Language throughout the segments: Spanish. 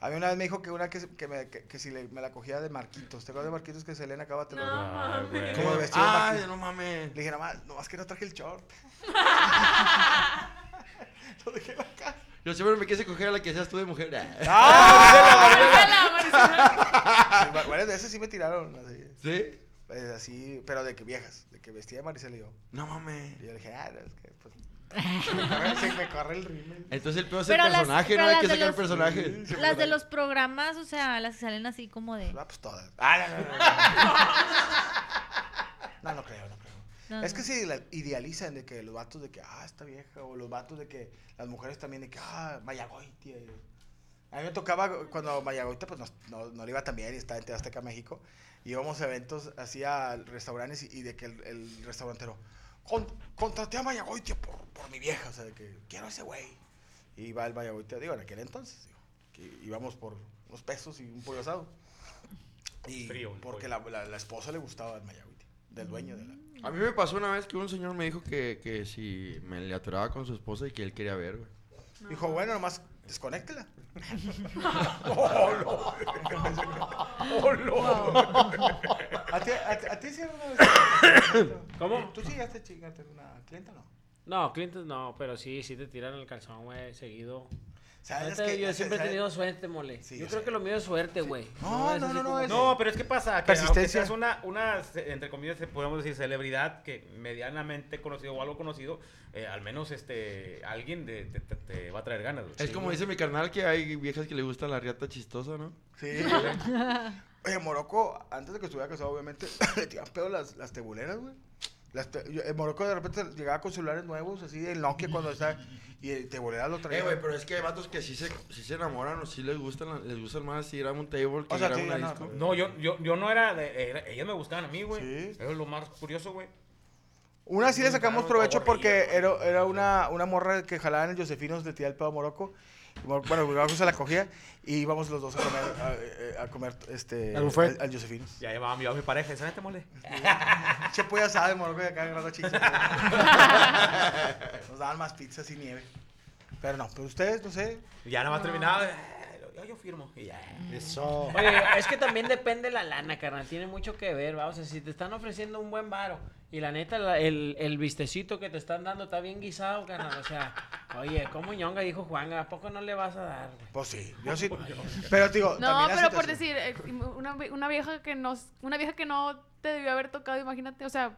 A mí una vez me dijo que una que, que, me, que, que si le, me la cogía de Marquitos. ¿Te acuerdas de Marquitos que Selena acaba de No, güey. Como de vestido de Ay, Marquitos. no mames. Le dije, nada más, nomás que no traje el short. Lo dejé en la casa. Yo siempre me quise coger a la que seas tú de mujer. Ah, Ah, Sí, va- Varias de esas sí me tiraron. Así, ¿Sí? Pues, así, pero de que viejas, de que vestía de Maricela y yo. No Y mames. yo le dije, ah, no, es que pues. se me corre- se me corre el rímel. Entonces el peor es el Pero las- personaje, pero no hay las que de sacar los- personajes. Las de los programas, o sea, las que salen así como de. Ah, pues todas. Ah, no, no, no, no. No, no creo, no creo. No, es no. que si la idealizan de que los vatos de que, ah, está vieja, o los vatos de que las mujeres también de que, ah, Mayagoy, tía. A mí me tocaba cuando Mayagoita, pues no, no, no le iba tan bien y estaba en TV Azteca México. Íbamos a eventos, hacía restaurantes y, y de que el, el restaurantero, "Con- contraté a Mayagoy, tía, por, por mi vieja, o sea, de que quiero a ese güey. Y va el Mayagoy, tía, digo, en aquel entonces, digo, que íbamos por unos pesos y un pollo asado. Y Frío el porque la, la- la esposa le gustaba al Mayagoy, tía, del dueño de la. A mí me pasó una vez que un señor me dijo que, que si me le atoraba con su esposa y que él quería ver, güey. Dijo, bueno, nomás desconéctela. Oh, ¿A ti, a, ti- a ti sí alguna vez? ¿Cómo? ¿Tú sí llegaste a chingarte una clienta o no? No, clientes no, pero sí, sí te tiran el calzón, güey, seguido. ¿Sabes Neta, qué? yo ¿Sabes- siempre he sabes? tenido suerte, mole. Sí, yo yo creo sé. que lo mío es suerte, güey. No, es no, así no, no, como- es- No, pero es que pasa que aunque Persistencia. seas una, una, se- entre comillas, se- podemos decir celebridad que medianamente conocido o algo conocido, eh, al menos este alguien de- te, te- te va a traer ganas. güey. Es como dice mi carnal que hay viejas que le gustan la riata chistosa, ¿no? Sí. Oye, Morocco, antes de que estuviera casado, obviamente, le tiraban pedo las, las tebuleras, güey. Las te- yo- en Morocco de repente llegaba con celulares nuevos, así, el Nokia cuando está, y el tebolera lo traía. Eh, güey, pero es que hay vatos que sí se, sí se enamoran o sí les gustan, la- les gustan más ir a un table que O sea, ir a sí, una ya no, disco. ¿no? No, yo, yo, yo no era, de, era- ellas me gustaban a mí, güey. Sí. Era lo más curioso, güey. Una sí le sacamos Claro, provecho está porque aburrido, era, era una, una morra que jalaba en el Josefinos, le tiraba el pedo a Morocco. Y Mor- Bueno, Morocco se la cogía y íbamos los dos a comer, a, eh, a comer este, ¿Al buffet? al, al Josefinos. Ya llevaba yo a mi pareja, ¿sabes te mole? Che, pues ya sabe, Morocco, ya acá agarrando chistes. Nos daban más pizzas y nieve. Pero no, pero ustedes, no sé. Ya nada más terminaba, eh, yo, yo firmo. Y ya. Eso. Oye, es que también depende la lana, carnal. Tiene mucho que ver, ¿va? O sea, si te están ofreciendo un buen varo y la neta, la- el, el vistecito que te están dando está bien guisado, carnal. O sea, oye, como ñonga dijo Juanga, ¿a poco no le vas a dar, güey? Pues sí, yo sí. Pero digo, No, también la pero por situación. decir, eh, una, vi- una vieja que nos, una vieja que no te debió haber tocado, imagínate, o sea,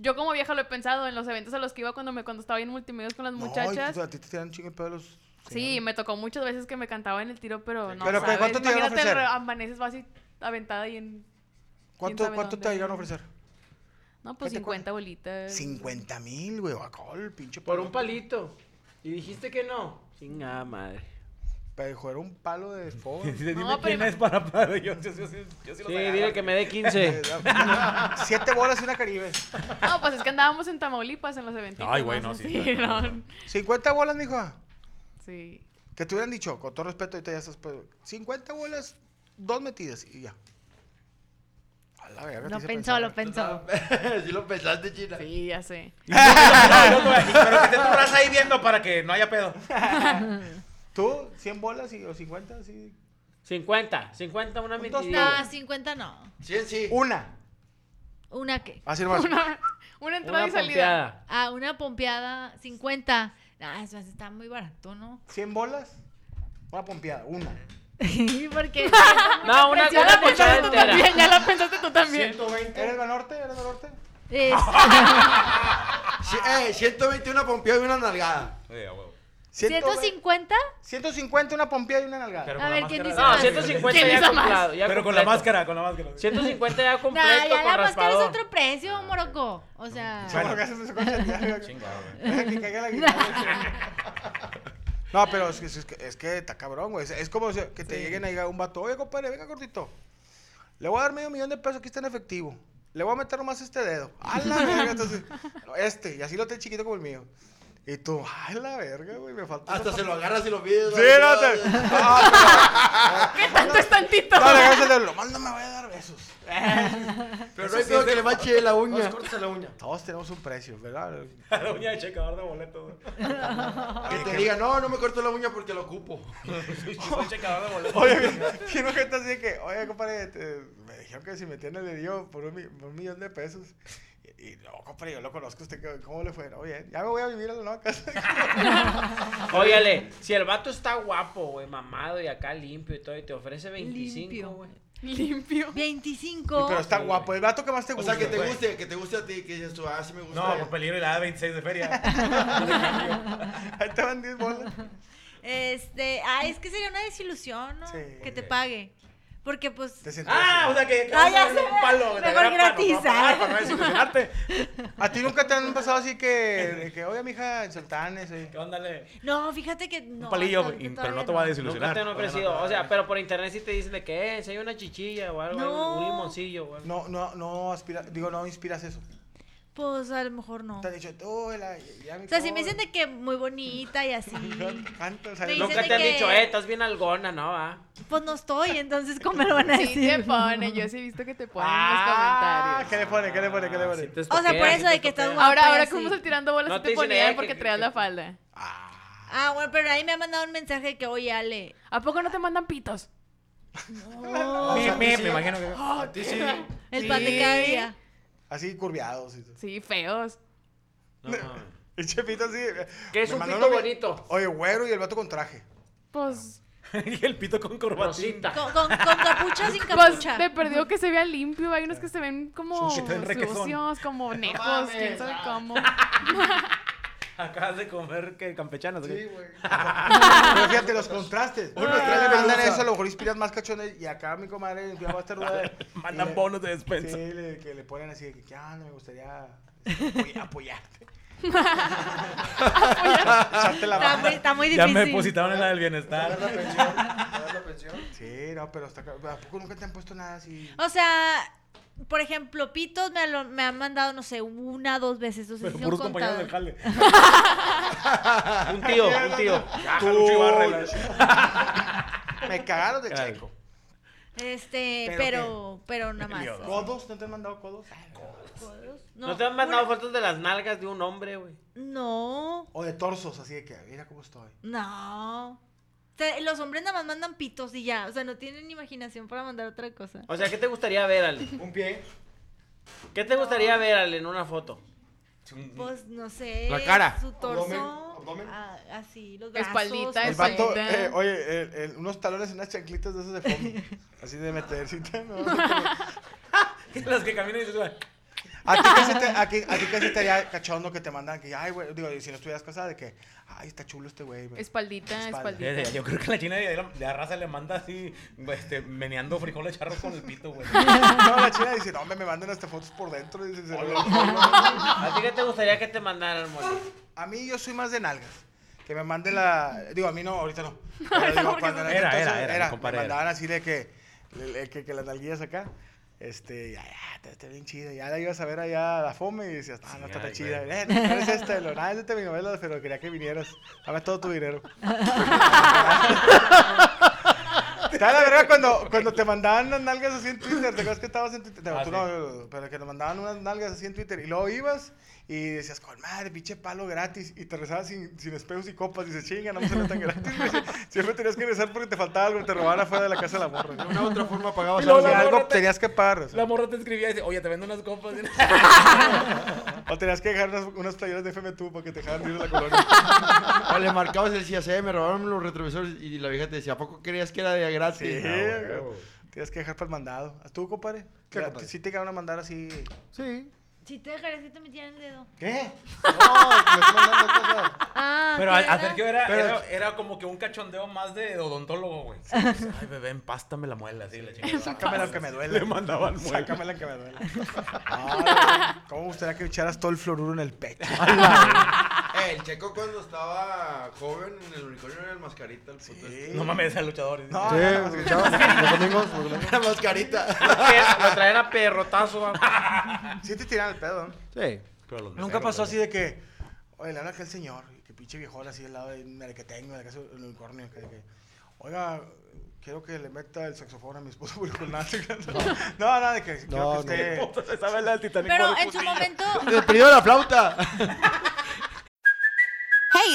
yo como vieja lo he pensado en los eventos a los que iba cuando me cuando estaba en multimedios con las No, y pues, muchachas. tú- a ti te tiran chingo el pedo los. Sí, me tocó muchas veces que me cantaba en el tiro, pero no Pero, ¿qué- sabes. cuánto te iban a Imagínate, ofrecer? re- amaneces vas así aventada y en ¿Cuánto, sabe ¿cuánto te dónde? llegaron a ofrecer? no, pues ¿Qué te 50 bolitas. 50 mil, güey, bacol, pinche Por palo. un palito. Y dijiste que no. Chinga madre. Pero era un palo de fuego. No, pero es para, para, yo, yo, yo, yo, yo sí Sí, los agarro. dile que me dé 15. Siete bolas y una caribe. No, pues es que andábamos en Tamaulipas en los eventos. Ay, güey, no, sí, Sí, no. 50 bolas, mijo. Sí. Que te hubieran dicho, con todo respeto, ahorita ya estás, pues, 50 bolas, dos metidas y ya. A la verga, te Lo hice pensó, pensar. lo pensó. sí lo pensaste, China. Sí, ya sé. No, no, no, pero que esté tu raza ahí viendo para que no haya pedo. ¿Tú? ¿100 bolas y, o 50? Así? 50, 50, una Un dos mentira. No, 50 no. Sí, sí. Una. ¿Una qué? Así nomás. Una, una entrada Una y salida. pompeada. Ah, una pompeada, 50. Ah, eso está muy barato, ¿no? 100 bolas, una pompeada, una. Porque No, una, Ya la una pompeada pensaste tú entera. también, ya la pensaste tú también. ¿Eres Banorte? ¿Eres Banorte? es- Sí, eh, 121 pompeada y una nalgada. Sí, a huevo. 150. 150, una pompeada y una nalgada. Pero A con la ver, ¿quién máscara- dice No, más? 150 ¿Quién ya hizo más? comprado. ya Pero con la completo. máscara, con la máscara. 150 ya No, completo ya con la máscara es raspador. otro precio, moroco. O sea, Bueno, que haces eso con el diario. Chingado, güey. Deja que caiga la guitarra. No, pero es que, es que, es que está cabrón, güey. Es, es como si- que te lleguen ahí un vato. Oye, compadre, venga cortito. Le voy a dar medio millón de pesos, aquí está en efectivo. Le voy a meter nomás este dedo. A la verga. Entonces, no, este, y así lo tengo chiquito como el mío. Y tú, a la verga, güey, me faltó. Hasta se lo agarras y lo pides. Sí, no te. ¿Qué tanto es tantito? No, le agarras el dedo. Lo más no me voy a dar besos. Pero no hay pedo que le manche la uña. la uña. Todos tenemos un precio, ¿verdad? La uña de checador de boletos. Que te diga, no, no me corto la uña porque lo ocupo. Soy checador de boletos. Oye, tiene gente así de que, oye, compadre, te- me dijeron que si metían el dedillo por un, mi- por un millón de pesos. Y, y no, compadre, yo lo conozco, usted, ¿cómo- ¿cómo le fue? Oye, ya me voy a vivir a la nueva casa. Óyale, si el vato está guapo, güey, mamado y acá limpio y todo, y te ofrece 25, Limpio. güey. Limpio. 25. Pero está guapo, el vato que más te O gusta. sea, que te güey. guste, que te guste a ti, que dices tú, ah, sí me gusta. No, por peligro y la da 26 de feria. Ahí te van 10 bolas. Este, ah, es que sería una desilusión, ¿no? Sí. que te pague. Porque pues Te sientes Ah, o sea que. Ah, ya que- sé. un palo, que te Mejor agarra palo, gratis, para pagar, ¿eh? Para no desilusionarte. así. ¿A ti nunca te han pasado así que, de que oye, mija, en sultanes? eh? ¿Qué onda, le? no, fíjate que no. Un palillo, hasta ahorita güey, pero no te todavía va a Nunca desilusionar. te han ofrecido. O sea, pero por internet sí te dicen de que, eh, si hay una chichilla o algo, No. un limoncillo o algo. No, no, no aspira, digo, no inspiras eso. Pues a lo mejor no. Te han dicho, tú, la, ya me O sea, si me dicen de que muy bonita y así, Tanto, o sea, Me no- Nunca dicen de te han que- dicho, eh, estás bien algona, ¿no? va? pues no estoy, entonces ¿cómo me lo van a Sí decir? te pone, yo sí he visto que te ponen Ah, en los ¿qué comentarios. le pone, qué le pone, qué le Ah, pone? sí te O sea, por estoquean, eso sí de te que estás Pues, estoquean. guapa Ahora, y ahora así. como se tirando bolas No sí te te dicen, eh, ponían que- porque que- traías que- la falda. Ah, bueno, pero ahí me ha mandado un mensaje que, oye, Ale, ¿A poco no te mandan pitos? Me, me, me imagino que. A ti sí. el pan de cada día. Así curviados. y- Sí, feos. No, mames. El chefito así. ¿Qué es me un mandó pito una- bonito? Oye, güero y el vato con traje. Pues, Y el pito con corbatín. Rosita. Con, con, con capucha o sin pues capucha. te perdió que se vea limpio. Hay unos que se ven como Sí, que se ven requesón. sucios, como nejos, mames. quién sabe Ah, cómo. Acabas de comer que campechanas, Sí, güey. güey. Pero fíjate los contrastes. Ah. Uno Uno Ah, trae le la mandan blusa. eso, a lo mejor inspiras más cachones. Y acá mi comadre ya va a estar ruda. Mandan Y le- bonos de Sí, despensa. le- que le ponen así de que, ¿qué onda? Me gustaría este, apoy- apoyarte. Echarte la Está mano. muy, está muy Ya difícil. me depositaron en la del bienestar. Sí, no, pero está. ca- ¿A poco nunca te han puesto nada así? O sea, por ejemplo, pitos me, lo- me han mandado, no sé, una, dos veces. O sea, Pero sí son puros compañeros del contadas. jale. Un tío, un tío. Ajá, Lucho Ibarra, Ah, la- Me cagaron de Claro. checo. Este, ¿Pero pero, pero nada más. Dios. ¿Codos? ¿No te han mandado codos? ¿No te han mandado una- fotos de las nalgas de un hombre, güey? No, O de torsos, así de que, mira cómo estoy. no. O sea, los hombres nada más mandan pitos y ya. O sea, no tienen imaginación para mandar otra cosa. O sea, ¿qué te gustaría ver, Ale? Un pie. ¿Qué te gustaría ver, Ale, en una foto? Pues no sé. La cara. Su torso. Abdomen, abdomen. ah, así, los brazos. Espaldita, El Ay, vato, sí. eh, oye, el- el- unos talones, unas chanclitas de esos de foamy. así de metercita, ¿no? Las que caminan y se suben. A ti que se te, a ti- a ti que se te haría cachondo que te mandan que, ay, güey, digo, si no estuvieras casada, de que, ay, está chulo este güey. güey. Espaldita, Espalda. Eh, espaldita. Yo creo que la china de la, de la raza le manda así, este, meneando frijoles charros con el pito, güey. No, la china dice, no, hombre, me mandan hasta fotos por dentro. y dice, se- ¿A ti qué te gustaría que te mandaran, mole? a mí yo soy más de nalgas. Que me mande la. Digo, a mí no, ahorita no. Pero digo, cuando en aquel Era, entonces era, era, me mi compadre, era. mandaban así de que, le- le- que, que las nalguillas acá. Este, ya, ya, te- está bien chida. Ya la ibas a ver allá a la fome y decías, ah, Sí, no está tan ay, chida. güey. Eh, no es esta, lo, nada, es de telenovelas, pero quería que vinieras. Dame todo tu dinero. Está la verdad cuando, cuando te mandaban unas nalgas así en Twitter, ¿te acuerdas que estabas en Twitter? No, Ah, tú sí. no, pero que nos mandaban unas nalgas así en Twitter y luego ibas y decías, con madre, pinche palo gratis y te rezabas sin, sin espejos y copas y dices, chinga, no me salió tan gratis. güey". Siempre tenías que rezar porque te faltaba algo, te robaban afuera de la casa de la morra. De ¿no? una u otra forma pagabas Y luego O sea, la algo. algo morra te- tenías que pagar. o sea. La morra te escribía y dice, oye, te vendo unas copas. O tenías que dejar unas, unas playeras de FM tú para que te dejaran ir a la colonia. O le marcabas el CSM, me robaron los retrovisores y la vieja te decía, ¿a poco creías que era de gratis? Sí, Ah, güey. huevo. Tienes que dejar para el mandado. ¿Tú, compadre? ¿Qué, Mira, compadre? Sí te llegaron a mandar así... Sí. Si te dejaré si te metieran el dedo. ¿Qué? No, me están mandando cosas. Ah, Pero a, ¿qué a era? Sergio era, Pero- era, era como que un cachondeo más de odontólogo, güey. Ay, bebé, empástame la muela. Así, la chingada. Sácame la que me duele. Le mandaban muela. Sácame la que me duele. Ah, güey, ¿Cómo me gustaría que me echaras todo el floruro en el pecho? Ah, Eh, El Checo cuando estaba joven en el unicornio era el mascarita, el puto este. No mames, a luchadores. No, Sí. no, no, no, no, no. los domingos, los domingos. La mascarita. Lo traen a perrotazo. va. Sí te tiran el pedo. ¿no? Sí. Pero los Nunca meseros, pasó güey. así de que... Oye, le habla aquel señor. Que pinche viejón así al lado de un merequetengo, de la casa del unicornio. Que, que, Oiga... Quiero que le meta el saxofón a mi esposo porque con nada se- No, no, de que quiero No, que no. usted... Puta, Se sabe la del Titanic. Pero por el en su cuchillo. momento. El periodo de la flauta. Hey,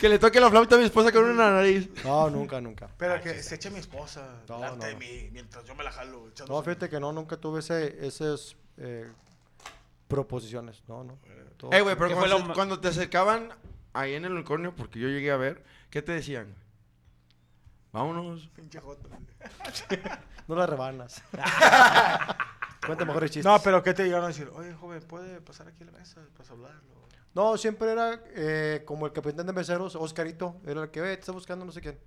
Que le toque la flauta a mi esposa con una nariz. No, nunca, nunca. Pero que se eche mi esposa No, delante no. de mí mientras yo me la jalo. echándose- No, fíjate que no, nunca tuve ese, esas eh, proposiciones. No, no. Todo- Eh, güey, pero ¿Qué cuando, fue se- lo ma- cuando te acercaban ahí en el unicornio, porque yo llegué a ver, ¿qué te decían? Vámonos. Pinche joto. No las rebanas. Cuenta mejores chistes. No, pero ¿qué te llegaron a decir? Oye, joven, ¿puede pasar aquí a la mesa para hablarlo? No, siempre era eh, como el capitán de meseros, Oscarito, era el que, ve, te está buscando no sé quién.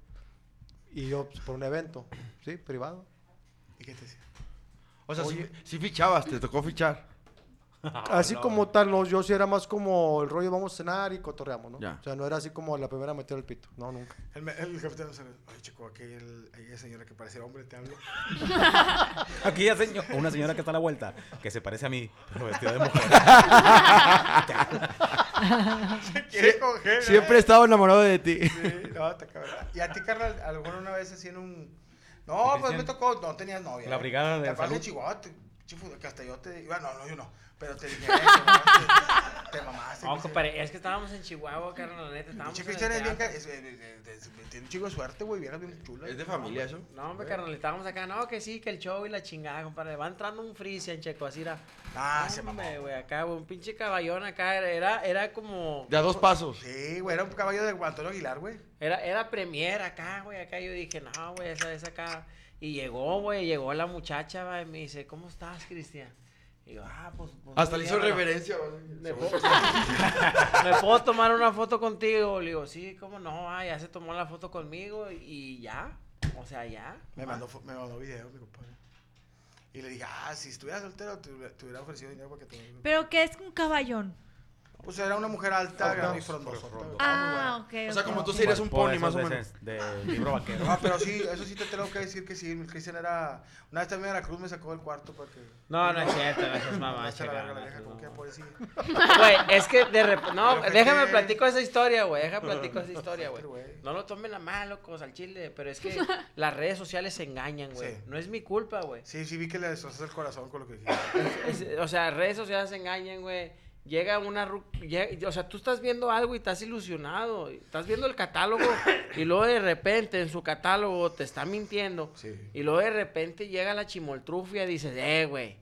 Y yo, pues, por un evento, ¿sí? Privado. ¿Y qué te decía? O sea, sí, sí fichabas, te tocó fichar. así como tal, no, yo sí era más como el rollo, vamos a cenar y cotorreamos, ¿no? Ya. O sea, no era así como la primera meter el pito, no, nunca. El, me- el capitán se Ay, chico, aquel, aquella señora que parece hombre te hablo. Aquí ya señor, una señora que está a la vuelta, que se parece a mí, pero vestida de mujer. ¿Quiere ¿eh? coger? Siempre he estado enamorado de ti. Sí, no, te cabrón. ¿Y a ti, carnal, alguna una vez así en un. No, ¿De pues me Cristian? tocó, no tenías novia. La ¿eh? brigada de Te acuerdas de salud. Chihuahua, te- chifu, que hasta yo te. Bueno, no, yo no. Pero te dije, eh, te mamaste, te mamaste. No, Cristian. compadre, es que estábamos en Chihuahua, carnal, la neta. Estábamos Pinche Cristian en el es bien. teatro. ca- es- es- es- es- es- Tiene un chingo de suerte, güey, vieras bien chula. Es de familia eso. No, hombre, carnal, estábamos acá. No, que sí, que el show y la chingada, compadre. Va entrando un frisian, checo, así era. Ah, se mamó. Hombre, güey, acá, güey, un pinche caballón acá. Era, era como... De a dos pasos. Sí, güey, era un caballo de Antonio Aguilar, güey. Era, era premier acá, güey, acá yo dije, no, güey, esa es acá. Y llegó, güey, llegó la muchacha, va, y me dice, ¿cómo estás, Cristian? Y yo, ah, pues... pues, Hasta muy le hizo bien, bueno, reverencia. ¿Me puedo, ¿Me puedo tomar una foto contigo? Le digo, sí, ¿cómo no? Ah, ya se tomó la foto conmigo y ya, o sea, ya. Me mandó, fo- me mandó video, mi compadre. Y le dije, ah, si estuviera soltero, te, hubiera- te hubiera ofrecido dinero para que te. ¿Pero qué es un caballón? Pues era una mujer alta, grande y frondosa. frondosa. Ah, ok. Ah, O sea, ok, como tú ok. serías un Por pony, eso más o de menos. ese- Del libro vaquero. Ah, pero sí, eso sí te tengo que decir que sí. mi Cristian era. Una vez también a la cruz me sacó del cuarto porque. No, no es cierto, no seas mamá, Me echa la checa, verga la no, vieja, como no. que pues sí. Güey, es que de repente. No, Pero fue déjame que- platico esa historia, güey. Déjame platico esa historia, güey. güey. No lo tomen a mal, locos, al chile. Pero es que las redes sociales se engañan, güey. Sí. No es mi culpa, güey. Sí, sí, vi que le destrozaste el corazón con lo que dijiste. Es- es- o sea, redes sociales se engañan, güey. Llega una... ru- llega- o sea, tú estás viendo algo y estás ilusionado. y Estás viendo el catálogo y luego de repente en su catálogo te está mintiendo. Sí. Y luego de repente llega la chimoltrufia y dices, eh, güey.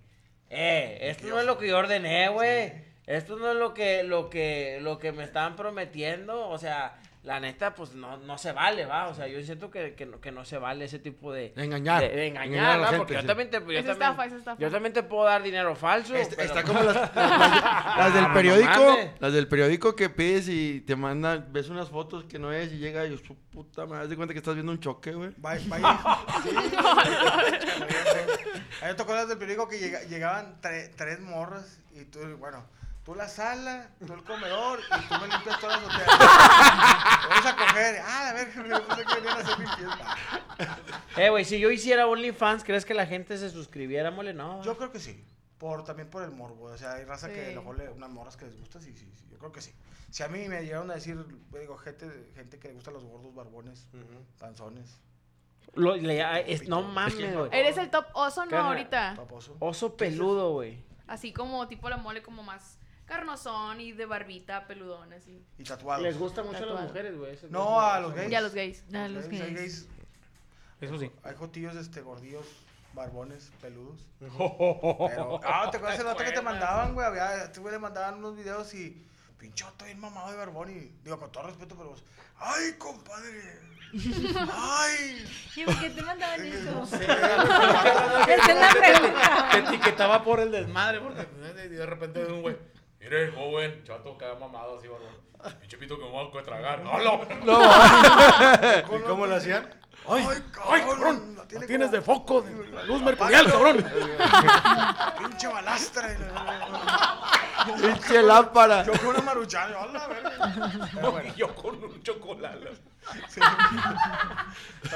Eh, esto no es lo que yo ordené, güey. Esto no es lo que, lo que, lo que me estaban prometiendo. O sea, la neta, pues no, no se vale, va. O sea, yo siento que, que, no, que no se vale ese tipo de. De engañar. De, de engañar, Engañar a la ¿va? gente, Porque sí. yo también te. Yo Es también, estafa, es estafa. Yo también te puedo dar dinero falso. Este, Está como las, las- las- las del Ah, no periódico. mames. Las del periódico que pides y te mandan, ves unas fotos que no es y llega y su puta madre, haz de cuenta que estás viendo un choque, güey. A mí me tocó las del periódico que llega- llegaban tre- tres morras y tú, bueno, tú la sala, tú el comedor y tú me limpias todas las hoteles. Vamos a coger. Ah, a ver, yo pensé que venían a hacer limpieza. Eh, güey, si yo hiciera OnlyFans, ¿crees que la gente se suscribiera, mole? No. Yo creo que sí. Por, también por el morbo. O sea, hay raza que a Sí. lo mejor le- unas morras que les gusta, sí, sí, sí, Yo creo que sí. Si a mí me llegaron a decir, digo, gente, gente que le gustan los gordos barbones, panzones. Lo- le- ah, es- no mames, güey. Eres el top oso, no, Carna- ahorita. Oso peludo, güey. Así como tipo la mole, como más carnosón y de barbita, peludón, así. Y tatuados. Les gusta mucho a las Tatuado. mujeres, güey. eso- No, a los gays. Y a los gays. A los Hay gays. Eso sí. Hay jotillos este, gordillos, barbones, peludos. Pero, ah, ¿te acuerdas el otro que te acuerdas? mandaban, güey? Había, a este güey le mandaban unos videos y, pincho, estoy bien mamado de barbón y, digo, con todo respeto, pero vos, ¡ay, compadre! ¡Ay! ¿Y por qué te mandaban eso? No sé. Esa es la pregunta. Te etiquetaba por el desmadre, porque pues, y de repente un güey. Mire, joven, chato, que ha mamado así, barbón. Mi chipito que me voy a tragar. ¡No, no! ¿Y cómo lo hacían? ¡Ay, ay, cabrón! La tiene tienes de foco, de la luz mercurial, Mercurial, cabrón. ¡Pinche balastra! Pinche lámpara. Yo con una maruchana, hola, verga. Pero bueno. Y yo con un chocolate.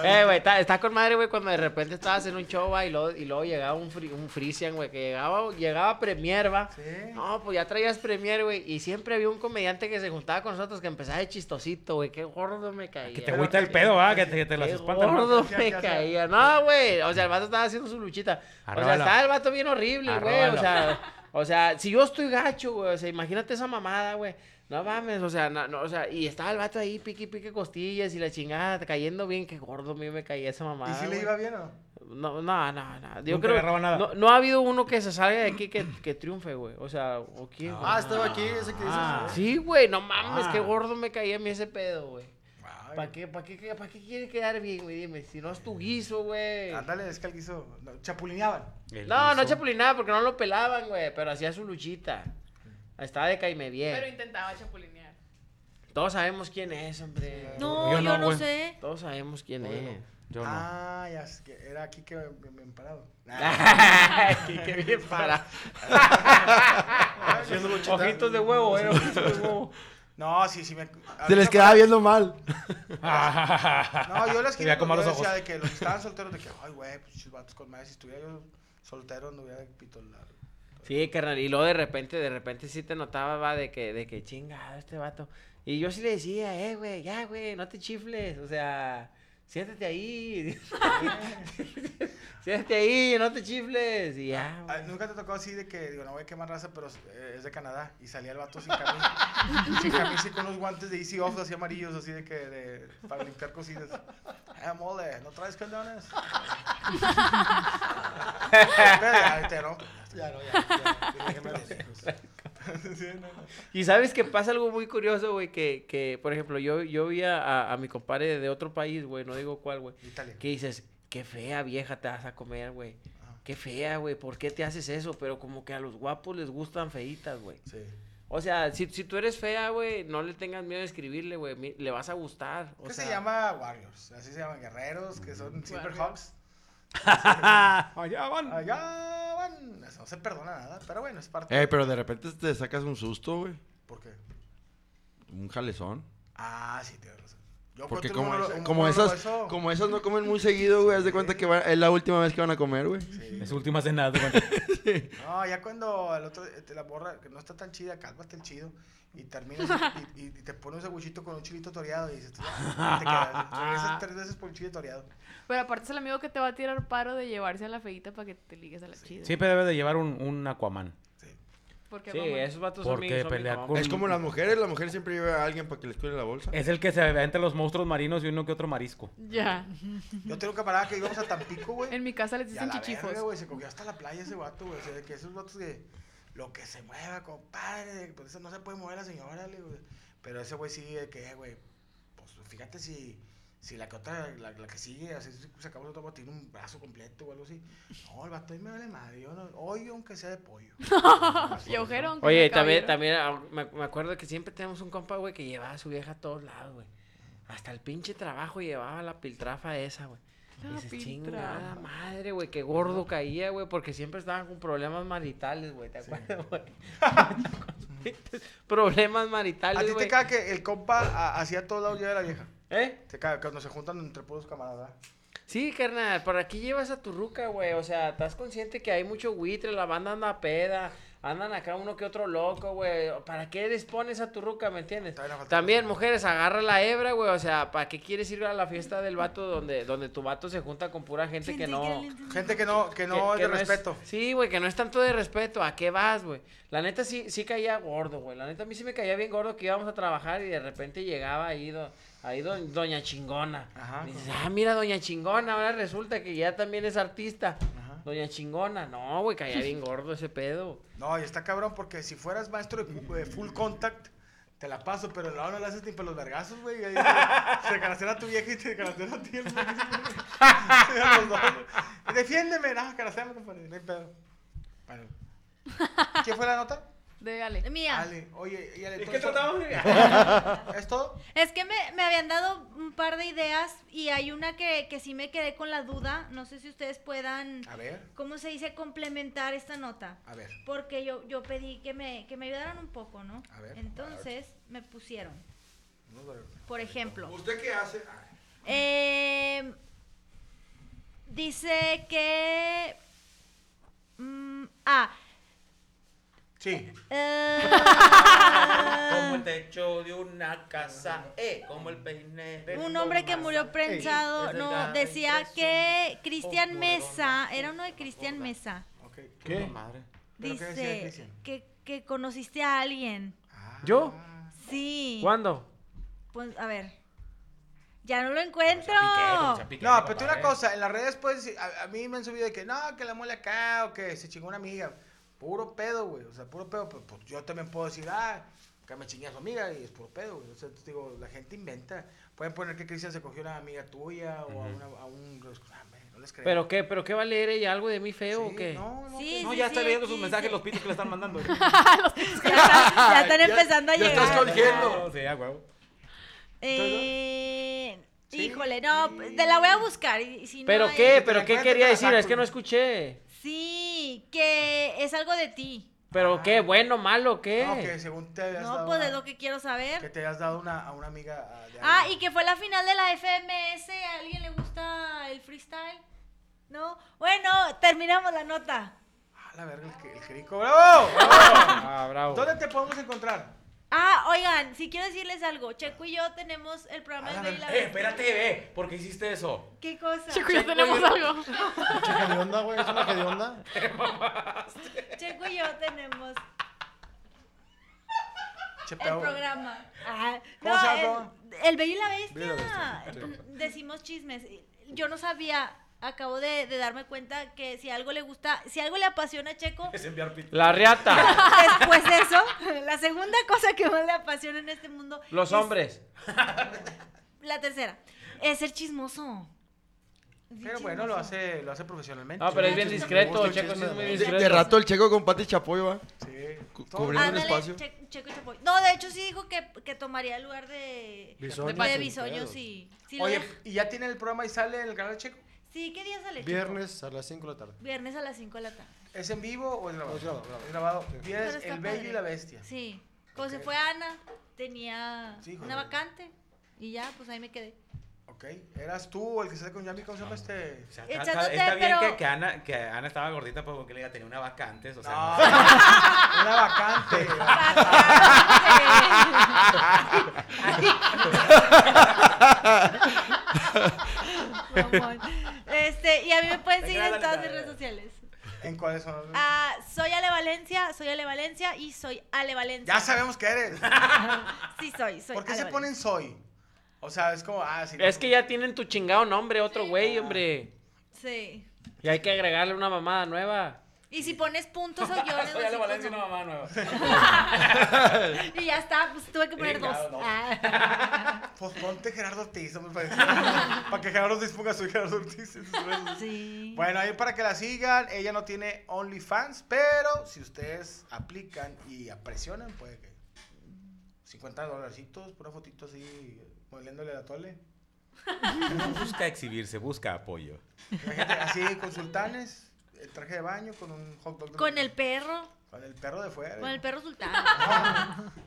Eh, güey, está, está con madre, güey, cuando de repente estabas en un show, va, y luego, y luego llegaba un, fri- un Frisian, güey, que llegaba, llegaba Premier, va. No, pues ya traías Premier, güey, y siempre había un comediante que se juntaba con nosotros que empezaba de chistosito, güey, qué gordo me caía. Ah, Que te agüita el pedo, ¿ah? Que te, que te las Qué espanta. el gordo vato. me caía. No, güey, o sea, el vato estaba haciendo su luchita. O sea, Arróbalo. estaba el vato bien horrible, güey, o Arróbalo. sea... O sea, si yo estoy gacho, güey, o sea, imagínate esa mamada, güey. No mames, o sea, no, no, o sea, y estaba el vato ahí, pique, pique costillas y la chingada, cayendo bien, qué gordo mío me caía esa mamada. ¿Y si le güey. Ah, iba bien o no? No, no, no, no. Yo Nunca creo agarraba nada. No, no ha habido uno que se salga de aquí que, que triunfe, güey. O sea, ¿o quién? güey? Ah, estaba aquí, ese que dices. Ah. Sí, güey, no mames, Ah. qué gordo me caía a mí ese pedo, güey. ¿Para qué, pa' qué, pa' qué quiere quedar bien, güey? Dime, si no es tu guiso, güey. Ándale, es que el guiso. no, chapulineaban. No, no chapulinaba porque no lo pelaban, güey, pero hacía su luchita. Estaba de caime bien. Pero intentaba chapulinear. Todos sabemos quién es, hombre. No, Yo no, yo no güey. sé. Todos sabemos quién es. Yo Ah, ya, sé que era aquí que me, Ah. me- me parado. Aquí que bien parado. Haciendo luchita. Ojitos de huevo, eh, ojitos de huevo. No, sí, sí me. Se les quedaba viendo mal. No, yo les Te voy a quería comer yo los decía ojos. de que los que estaban solteros, de que, ay, güey, pues chis, vatos con madre, si estuviera yo soltero, no hubiera pito largo. Sí, carnal. Y luego de repente, de repente sí te notaba, va, de que, de que chingado este vato. Y yo sí le decía, eh, güey, ya, güey, no te chifles. O sea, siéntate ahí. siéntate ahí, no te chifles. Y ya, Ah, Nunca te tocó así de que, digo, no voy a quemar raza, pero eh, es de Canadá. Y salía el vato sin camisa. sin camisa y con unos guantes de Easy Off así amarillos, así de que, de- para limpiar cocinas. Eh, mole, ¿no traes condones? ya, ahorita ya no. Ya no, ya, ya, ya, déjenme los hijos. Sí, no, no. Y sabes que pasa algo muy curioso, güey, que, que, por ejemplo, yo, yo vi a, a- a mi compadre de otro país, güey, no digo cuál, güey. Que dices, qué fea vieja te vas a comer, güey. Qué fea, güey, ¿por qué te haces eso? Pero como que a los guapos les gustan feitas, güey. Sí. O sea, si, si tú eres fea, güey, no le tengas miedo de escribirle, güey, mi- le vas a gustar. O ¿Qué sea, se llama Warriors? Así se llaman guerreros, que son Silverhawks. Allá van. Allá van. Eso no se perdona nada, pero bueno, es parte. Eh, pero de repente te sacas un susto, güey. ¿Por qué? Un jalezón. Ah, sí, tienes razón. Yo Porque encontré un como, monólogo- esa- un como monólogo esas, de eso. como esas no comen muy seguido, güey, haz de cuenta que va- es la última vez que van a comer, güey. Es su última cena, haz de cuenta. No, ya cuando el otro eh, te la borra, que no está tan chida, cálmate el chido. Y terminas y, y- y te pone un cebuchito con un chilito toreado y dices, tú, "Ah", te quedas, regresas tres veces por un chile toreado. Pero aparte es el amigo que te va a tirar paro de llevarse a la feita para que te ligues a la chida. Siempre debe de llevar un, un Aquaman. Porque Sí, como- esos vatos son Porque bien- son bien pelea cabrones. con- Es como las mujeres, las mujeres siempre lleva a alguien para que les cuide la bolsa. Es el que se ve entre los monstruos marinos y uno que otro marisco. Ya. Yo tengo un camarada que íbamos a Tampico, güey. En mi casa les Y a dicen la chichifos. verga, güey, se cogió hasta la playa ese vato, güey. O sea, de que esos vatos de lo que se mueva, compadre. Por eso no se puede mover la señora, le digo. Pero ese güey sí, de que, eh, güey, pues pues, fíjate si, si la que otra, la, la que sigue, así sacamos otro tiene un brazo completo o algo así. No, el vato ahí me vale madre. Yo no, hoyo aunque sea de pollo. y agujero, aunque Oye, sea también, caballero. también ah, me, me acuerdo que siempre tenemos un compa, güey, que llevaba a su vieja a todos lados, güey. Hasta el pinche trabajo llevaba la piltrafa esa, güey. La Y dices, piltrafa. chingada madre, güey, qué gordo caía, güey, porque siempre estaban con problemas maritales, güey, ¿te acuerdas, güey? problemas maritales, ¿A ti güey. te caga que el compa a- hacia todos lados llega la vieja? ¿Eh? Te caga, cuando se juntan entre puros camaradas. Sí, carnal, por aquí llevas a tu ruca, güey. O sea, estás consciente que hay mucho buitre, la banda anda a peda, andan acá uno que otro loco, güey. ¿Para qué les pones a tu ruca, me entiendes? También, mujeres, agarra la hebra, güey. O sea, ¿para qué quieres ir a la fiesta del vato donde, donde tu vato se junta con pura gente que no. Gente que no, que no es de respeto. sí, güey, que no es tanto de respeto. ¿A qué vas, güey? La neta sí, sí caía gordo, güey. La neta a mí sí me caía bien gordo que íbamos a trabajar y de repente llegaba ahí, do- ahí do- doña chingona. Y dices, ah, mira, doña chingona, ahora resulta que ya también es artista. Doña chingona. No, güey, caía bien gordo ese pedo. No, y está cabrón porque si fueras maestro de, cu- de full contact, te la paso, pero no, no la haces ni para los vergazos, güey. Ahí Se se caracera a tu vieja y te caracera a ti. el güey. Sí, a los dos. Defiéndeme, no, caracera, compadre, no hay pedo. Bueno. ¿Quién fue la nota? De Ale. Mía. Ale, oye, y Ale. ¿De todo qué eso- tratamos? ¿Es todo? Es que me, me habían dado un par de ideas y hay una que, que sí me quedé con la duda. No sé si ustedes puedan, A ver, ¿cómo se dice? Complementar esta nota. a ver. Porque yo, yo pedí que me, que me ayudaran un poco, ¿no? A ver. Entonces me pusieron, No, pero- por ejemplo. ¿Usted qué hace? Eh, dice que. mm, ah. eh, Sí. Como el techo de una casa, eh, como el peine de un hombre que murió prensado. Ese No, da decía que Cristian Mesa. Era uno de Cristian Mesa. ¿Qué? ¿Pero qué decía de Dice Cristian? que, que conociste a alguien. ¿Yo? Sí. ¿Cuándo? Pues, a ver. Ya no lo encuentro. No, pero tú una ¿eh? cosa, en las redes puedes decir- a, a mí me han subido de que no, que la mole acá o que se chingó una amiga. Puro pedo, güey. O sea, puro pedo. Pero, pues, yo también puedo decir, ah, que me chingué a su amiga y es puro pedo, güey. O sea, te digo, la gente inventa. Pueden poner que Cristian se cogió a una amiga tuya o a, Ujú. una, a un. ah, man, no les creo. ¿Pero qué? ¿Pero qué va a leer ella? ¿Algo de mí feo Sí, o qué? no, no, Sí, No, ya está leyendo sus mensajes, los pitos que le están mandando. ya ya están empezando a llegar. Sí, a huevo. Eh, Híjole, no, te la voy a buscar. y- y si no ¿Pero hay- qué? ¿Pero qué quería decir? Es que no escuché. Sí, que es algo de ti. ¿Pero qué? ¿Bueno, malo, qué? No, que según te habías No, dado. pues una- es lo que quiero Que saber. te habías dado una, a una amiga. ah, de Ah, alguien. y que fue la final de la FMS. ¿A alguien le gusta el freestyle? ¿No? Bueno, terminamos la nota. Ah, la verga, el, que- el jerico. ¡Bravo! ¡Bravo! Ah, bravo. ¿Dónde te podemos encontrar? Ah, oigan, si quiero decirles algo, Checo y yo tenemos el programa de Bella y la Eh, Bestia. espérate, ve, ¿por qué hiciste eso? ¿Qué cosa? Checo y yo tenemos algo. Pinche hedionda, güey. Es una hedionda. Checo y yo tenemos Che, el pedo. programa. Ah, ¿Cómo no, se el- llama? El, Bello y la Bello y la Bestia. Bestia, Decimos chismes. Yo no sabía, acabo de, de darme cuenta que si algo le gusta, si algo le apasiona a Checo, Es enviar pitos. La reata. después de eso, la segunda cosa que más le apasiona en este mundo, Los hombres. la tercera, es ser chismoso. Pero bueno, lo hace, lo hace profesionalmente. No, pero es bien discreto, Me gusta el Checo sí es chisme. muy De, discreto. de rato el checo con Pati Chapoy va. Sí. Cu- Cubriendo un Ándale, espacio. Che- Checo y Chapoy. No, de hecho sí dijo que, que tomaría el lugar de de, Bisoño. Sin Bisoño, pedos. sí. Sí, lo Oye, deja- ¿y ya tiene el programa y sale en el canal de Checo? sí, ¿qué día sale? Checo? Viernes a las 5 de la tarde. Viernes a las 5 de la tarde. ¿Es en vivo o es grabado? No, es grabado, grabado. Es grabado. Pero Tienes está El Bello padre. y la Bestia. Sí. Cuando Ok. se fue Ana, tenía Sí, una joder. vacante. Y ya, pues ahí me quedé. Ok. ¿Eras tú o el que sale con Yami? ¿Cómo se llama este? Está, Echándote, está- está bien pero- que, que Ana, que Ana estaba gordita pues, porque le iba a tener una vaca antes. O sea, No, no. una vacante. Mamón. este, y a mí me pueden seguir en Regálale, todas mis dale, redes sociales. ¿En cuáles son? Ah, soy Ale Valencia, soy Ale Valencia y soy Ale Valencia. Ya sabemos que eres. Sí, soy, soy. Ah, ¿Por qué Ale se Valencia. ponen soy? O sea, es como, ah, sí. Es que ya tienen tu chingado nombre, otro güey, hombre. Sí. Y hay que agregarle una mamada nueva. Y si pones puntos o guiones, Soy Ale no sé Valencia, una mamá nueva. cómo. y ya está, pues tuve que poner dos. Chingado, no. Ah. Pues ponte Gerardo Ortiz, hombre, para, para que Gerardo disponga su Gerardo Ortiz. en sus redes sociales. Bueno, ahí para que la sigan, ella no tiene OnlyFans, pero si ustedes aplican y presionan, puede que 50 dolarcitos, una fotito así, moviéndole la tole. Busca exhibirse, busca apoyo. Imagínate, así con sultanes, el traje de baño, con un hot dog. de- Con el perro, Con el perro de fuera. con el perro sultán.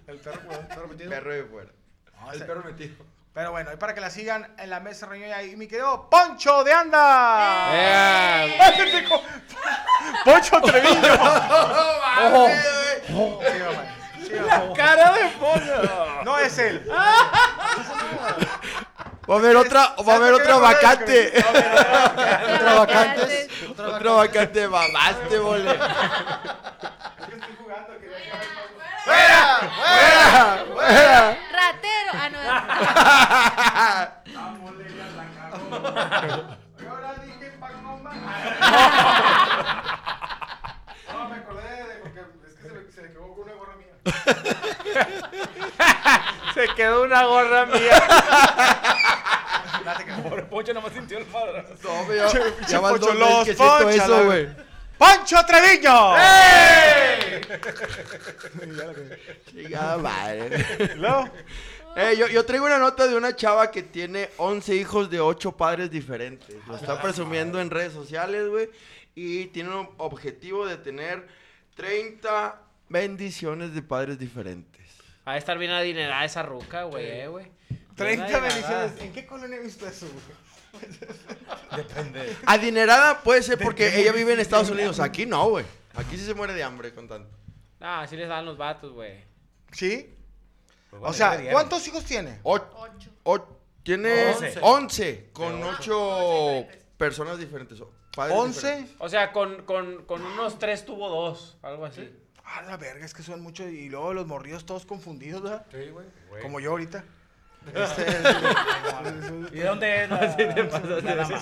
El perro, el perro metido. Perro de fuera. No, el ese- perro metido. Pero bueno, y para que la sigan en la mesa reunión ahí, mi querido Poncho de Anda. ¡Eh! ¡Ay, qué rico! Poncho Treviño. Ojo. ¡Oh, Sí, mamá. Sí, La mamá. cara de Poncho. No es él. Va a haber otra, va a haber otra vacante. Otra vacante. Otra vacante, mamaste, bole. ¡Fuera! ¡Fuera! ¡Fuera! Ratero. Ah, no. No, me acordé de porque es que se, me- se le quedó con una gorra mía. Se quedó una gorra mía. Pobre Poncho nomás sintió el padre. No, ya- ya van van dos veces dos que siento eso, güey. ¡Poncho Treviño! Chingada madre. ¿Luego? Eh, yo, yo traigo una nota de una chava que tiene 11 hijos de 8 padres diferentes. Lo está presumiendo en redes sociales, güey. Y tiene un objetivo de tener 30 bendiciones de padres diferentes. Va a estar bien adinerada esa ruca, güey, eh, güey. Bien 30 adinerada. bendiciones. ¿En qué colonia he visto eso? güey? Pues Depende. Adinerada puede ser porque qué ella vive en municipio Estados me Unidos. hablas? Aquí no, güey. Aquí sí se muere de hambre con tanto. Ah, sí les dan los vatos, güey. ¿Sí? bueno, o sea, deberían. ¿cuántos hijos tiene? Ocho. tiene Once. 11 con De ocho personas diferentes. o padres diferentes. O sea, con, con, con unos tres tuvo dos, algo así. Ah, la verga, es que son muchos. Y luego los morridos todos confundidos, ¿verdad? Sí, güey. Como yo ahorita. Este, ¿Y dónde es la- Así te pasa, la dama?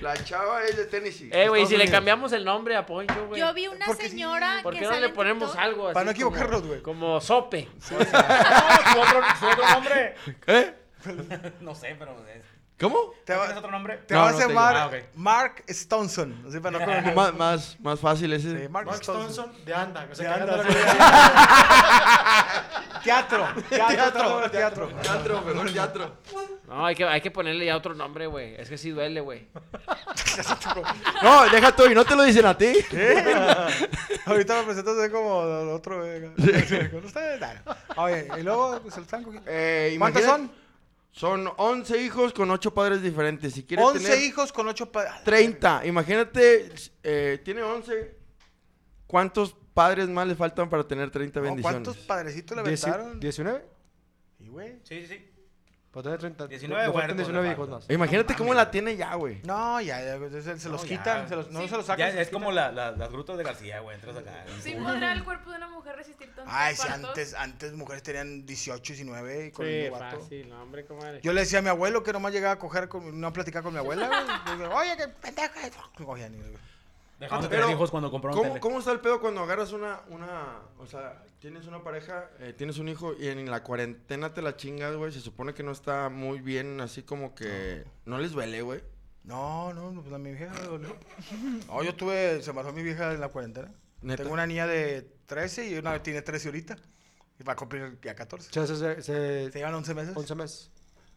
La chava es de Tennessee. Eh, güey, Estados si le Unidos. cambiamos el nombre a Poncho, güey. Yo vi una señora ¿Por Ah, que qué no sale le en ponemos TikTok. algo así? Para no equivocarnos, güey. Como sope. Ah, ¿Su otro, su otro nombre? ¿Eh? No sé, pero. Es... ¿Cómo? Te va- ¿Tienes otro nombre? Te No, vas no a tengo. llamar Ah, ok. Mark Stonson. Así para no confundir. más, más, más fácil ese. Sí, Mark, Mark Stonson. Stonson de Anda. que se De cagan Anda, de sí. la- Teatro, teatro, teatro. Teatro, mejor teatro. No, hay que, hay que ponerle ya otro nombre, güey. Es que sí duele, güey. No, deja tú y no te lo dicen a ti. Ahorita me presento así como el otro. güey. Con ustedes, dale. Ah, Oye, y luego pues, se lo están cogiendo. Eh, ¿Cuántos imagina- Son 11 hijos con 8 padres diferentes. Si quieres 11 tener hijos con 8 padres. 30, imagínate, eh, tiene 11. ¿Cuántos padres más le faltan para tener 30 bendiciones? ¿Cuántos padrecitos le Dieci- aventaron? ¿19? Y güey. Sí, sí, sí. Pues Para tener 30. le 19 faltan huercos le 19 hijos faltan. más. Imagínate cómo la tiene ya, güey. No, ya, ya, se, se los No, Ah, ya. quitan, se los- no Sí. se los sacan. Ya, se es los quitan. como la- la- las grutas de García, güey. Entras acá. Sí podrá el cuerpo de una mujer resistir tantos Ay, si partos? antes, antes mujeres tenían 18, 19 y con Sí, el vato. fácil, no, hombre, ¿cómo Yo le decía a mi abuelo que nomás llegaba a coger, con, no a platicar con mi abuela. güey. Yo digo, Oye, que pendeja. Y cogían y- Ah, Dejamos de Pero, tener hijos cuando compramos ¿cómo, tele. ¿Cómo está el pedo cuando agarras una, una, o sea, tienes una pareja, eh, tienes un hijo y en la cuarentena te la chingas, güey? Se supone que no está muy bien, así como que no les duele, güey. No, no, no, pues a mi vieja le dolió. No, yo tuve, se mató mi vieja en la cuarentena. ¿Neta? Tengo una niña de 13 y una tiene 13 ahorita. Y va a cumplir ya 14. O sea, se, se, se, ¿Te llevan 11 meses? 11 meses.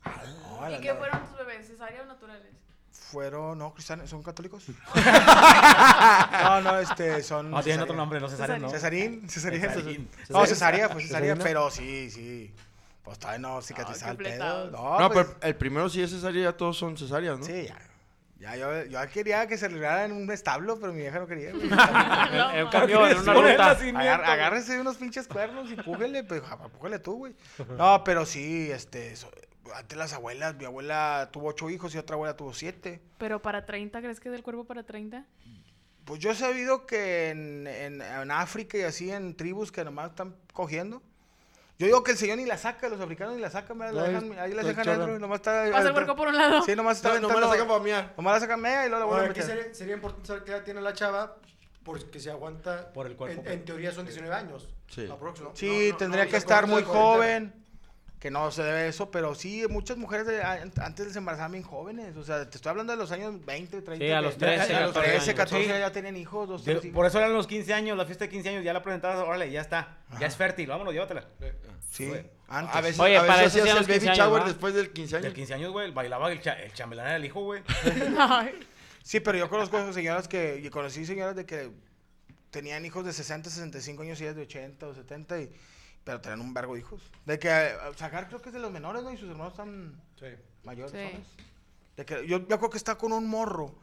No, la- ¿Y qué la- fueron tus bebés? ¿Cesárea o naturales? Fueron, no, cristianos, ¿son católicos? no, no, este, son. No, tienen cesárea. otro nombre, no cesárea, no. Cesarín, cesarín, Cesarín. No, cesárea, pues cesárea, Cesarina. pero sí, sí. Pues todavía no cicatrizaba el pedo. fletados. No, no, pues, pero el primero sí es cesárea, ya todos son cesáreas, ¿no? Sí, ya. Ya, yo, yo quería que se librara en un establo, pero mi vieja no quería. güey. En un camión, en una Agar- ruta. agárrese de unos pinches cuernos y pújele, pues, ja- pújele tú, güey. No, pero sí, este, so- antes las abuelas, mi abuela tuvo ocho hijos y otra abuela tuvo siete. ¿Pero para 30? ¿Crees que es del cuerpo para 30? Pues yo he sabido que en, en- en África y así, en tribus que nomás están cogiendo. Yo digo que el señor ni la saca, los africanos ni la sacan, ¿verdad? La No, dejan- es- ahí la está dejan chorra. adentro, nomás está... Pasa el adentro. huerco por un lado. Sí, nomás está No, nomás la aventando- sacan para mear. Nomás la sacan media y luego la Ahora, vuelven a aquí meter. sería, sería importante saber qué edad tiene la chava porque se aguanta. Por el cuerpo. En, en teoría son 19 años. Sí. aprox, ¿no? Sí, No, no, tendría no, que ya estar con muy eso de cuarentena. joven, que no se debe eso, pero sí, muchas mujeres de- an- antes se embarazaban bien jóvenes. O sea, te estoy hablando de los años 20, 30. Sí, a que- los 13, a los 14 13, años. 14 Sí. ya tenían hijos. dos, De- tres hijos. por eso eran los 15 años, la fiesta de 15 años, ya la presentabas, órale, ya está. Ya es fértil, vámonos, llévatela. Sí, Güey. antes. A veces, Oye, a veces para eso hacías hacían el los baby 15 shower años, ¿va? después del 15 años. Del 15 años, güey, bailaba el, cha- el chambelán era el hijo, güey. Sí, pero yo conozco señoras que, y conocí señoras de que tenían hijos de 60, 65 años y ellas de 80 o 70, y, pero tenían un vergo de hijos. De que eh, sacar creo que es de los menores, ¿no? Y sus hermanos están mayores, Sí. ¿sabes? De que, yo, yo creo que está con un morro.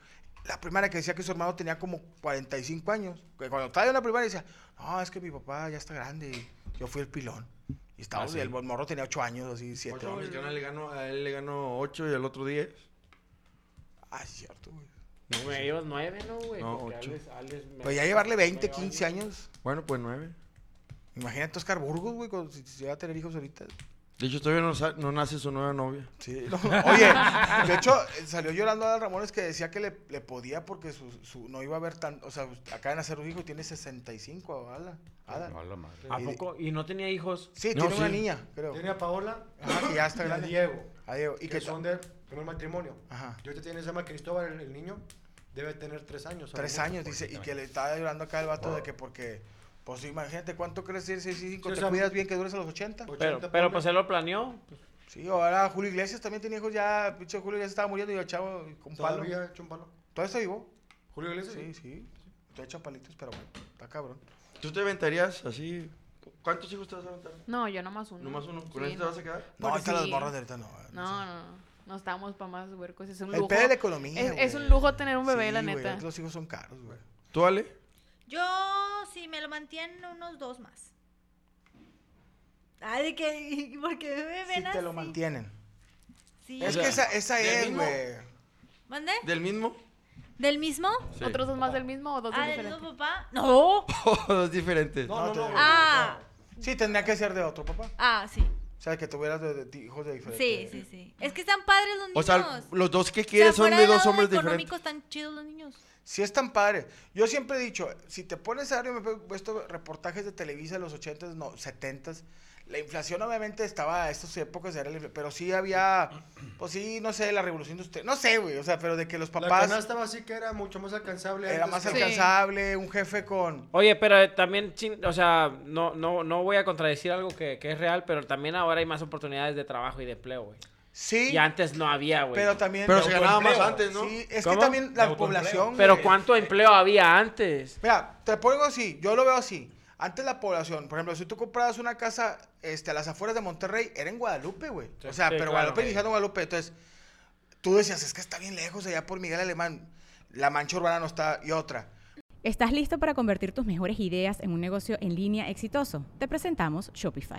La primera que decía que su hermano tenía como 45 años. Que cuando estaba yo en la primaria decía, no, es que mi papá ya está grande y yo fui el pilón. Y estaba, Ah, sí. el morro tenía 8 años, así, 7 Ocho, yo Pues, no le gano, a él le ganó 8 y al otro 10. Ah, cierto, güey. No, me llevas nueve, ¿no, güey? No, Porque ocho. Alex- Alex me- Pues ya llevarle 20, me 15 años. Bueno, pues 9. Imagínate Oscar Burgos, güey, cuando- si si va a tener hijos ahorita. De hecho, todavía no, sa- no nace su nueva novia. Sí. Oye, de hecho, eh, salió llorando Adal Ramones que decía que le, le podía porque su, su- no iba a haber tan. O sea, acá en hacer un hijo y tiene 65, Adal. Adal. No, la madre. ¿A poco? ¿Y no tenía hijos? Sí, No, tiene una sí. niña, creo. Tiene a Paola. Ajá, que ya está y grande. A Diego. A Diego. Y que, que ta- son del primer matrimonio. Ajá. Yo te tiene, se llama Cristóbal, el, el niño. Debe tener tres años. a lo Tres mucho. años, dice. Y que le estaba llorando acá el vato de que porque. Pues imagínate cuánto crees ser 65. Sí, o ¿Te sea, cuidas bien que dures a los 80? Pero, pero pues él lo planeó. Sí, ahora Julio Iglesias también tenía hijos ya. Pinche Julio Iglesias estaba muriendo y yo, chavo, con palo. Todavía hecho un palo. ¿Todavía está vivo? ¿Julio Iglesias? Sí, sí. Todavía echa palitos, pero bueno, está cabrón. ¿Tú te aventarías así? ¿Cuántos hijos te vas a aventar? No, yo nomás uno. Nomás uno. ¿Con Sí, este te vas a quedar? No, Porque ahorita las sí. morras de ahorita no. No, no, no. No estamos para más huercos. Es un El lujo. pedo de la economía, Es, güey. es un lujo tener un bebé, Sí, la güey, neta. ahorita los hijos son caros, güey. ¿Tú, Ale? Yo, si me lo mantienen unos dos más. Ay, de que, porque me Si ven así. te lo mantienen. Sí. Es que esa, esa ¿del es, mismo? güey. ¿Mande? ¿Del mismo? ¿Del mismo? Sí. ¿Otros dos más del mismo o dos Ah, del ¿del diferente? mismo papá? No. Dos diferentes. No, te- Ah, Sí, tendría que ser de otro, papá. ah, sí. O sea, que tuvieras de, de- de hijos de diferentes. Sí, sí, sí. Es que están padres los niños. O sea, los dos que quieres son fuera de del dos lado hombres económico diferentes. están chidos los niños. Sí, están padres. Yo siempre he dicho, si te pones a ver, yo me he puesto reportajes de Televisa de los 80s, no, 70s. La inflación obviamente estaba a estas épocas, era la infla- pero sí había, pues sí, no sé, la revolución de usted, no sé, güey, o sea, pero de que los La papás canasta básica era mucho más alcanzable. era antes más que- alcanzable, un jefe con... Oye, pero eh, también, chin- o sea, no, no, no voy a contradecir algo que, que es real, pero también ahora hay más oportunidades de trabajo y de empleo, güey. Sí, Y antes no había, güey. pero también... Pero se ganaba más antes, ¿no? Sí, es ¿Cómo? que también De la autoempleo. población... Pero güey, ¿cuánto empleo había antes? Mira, te pongo así, yo lo veo así. Antes la población, por ejemplo, si tú comprabas una casa este, a las afueras de Monterrey, era en Guadalupe, güey. o sea, sí, pero claro, Guadalupe, güey. Guadalupe, Guadalupe. Entonces, tú decías, es que está bien lejos allá por Miguel Alemán. La mancha urbana no está y otra. ¿Estás listo para convertir tus mejores ideas en un negocio en línea exitoso? Te presentamos Shopify.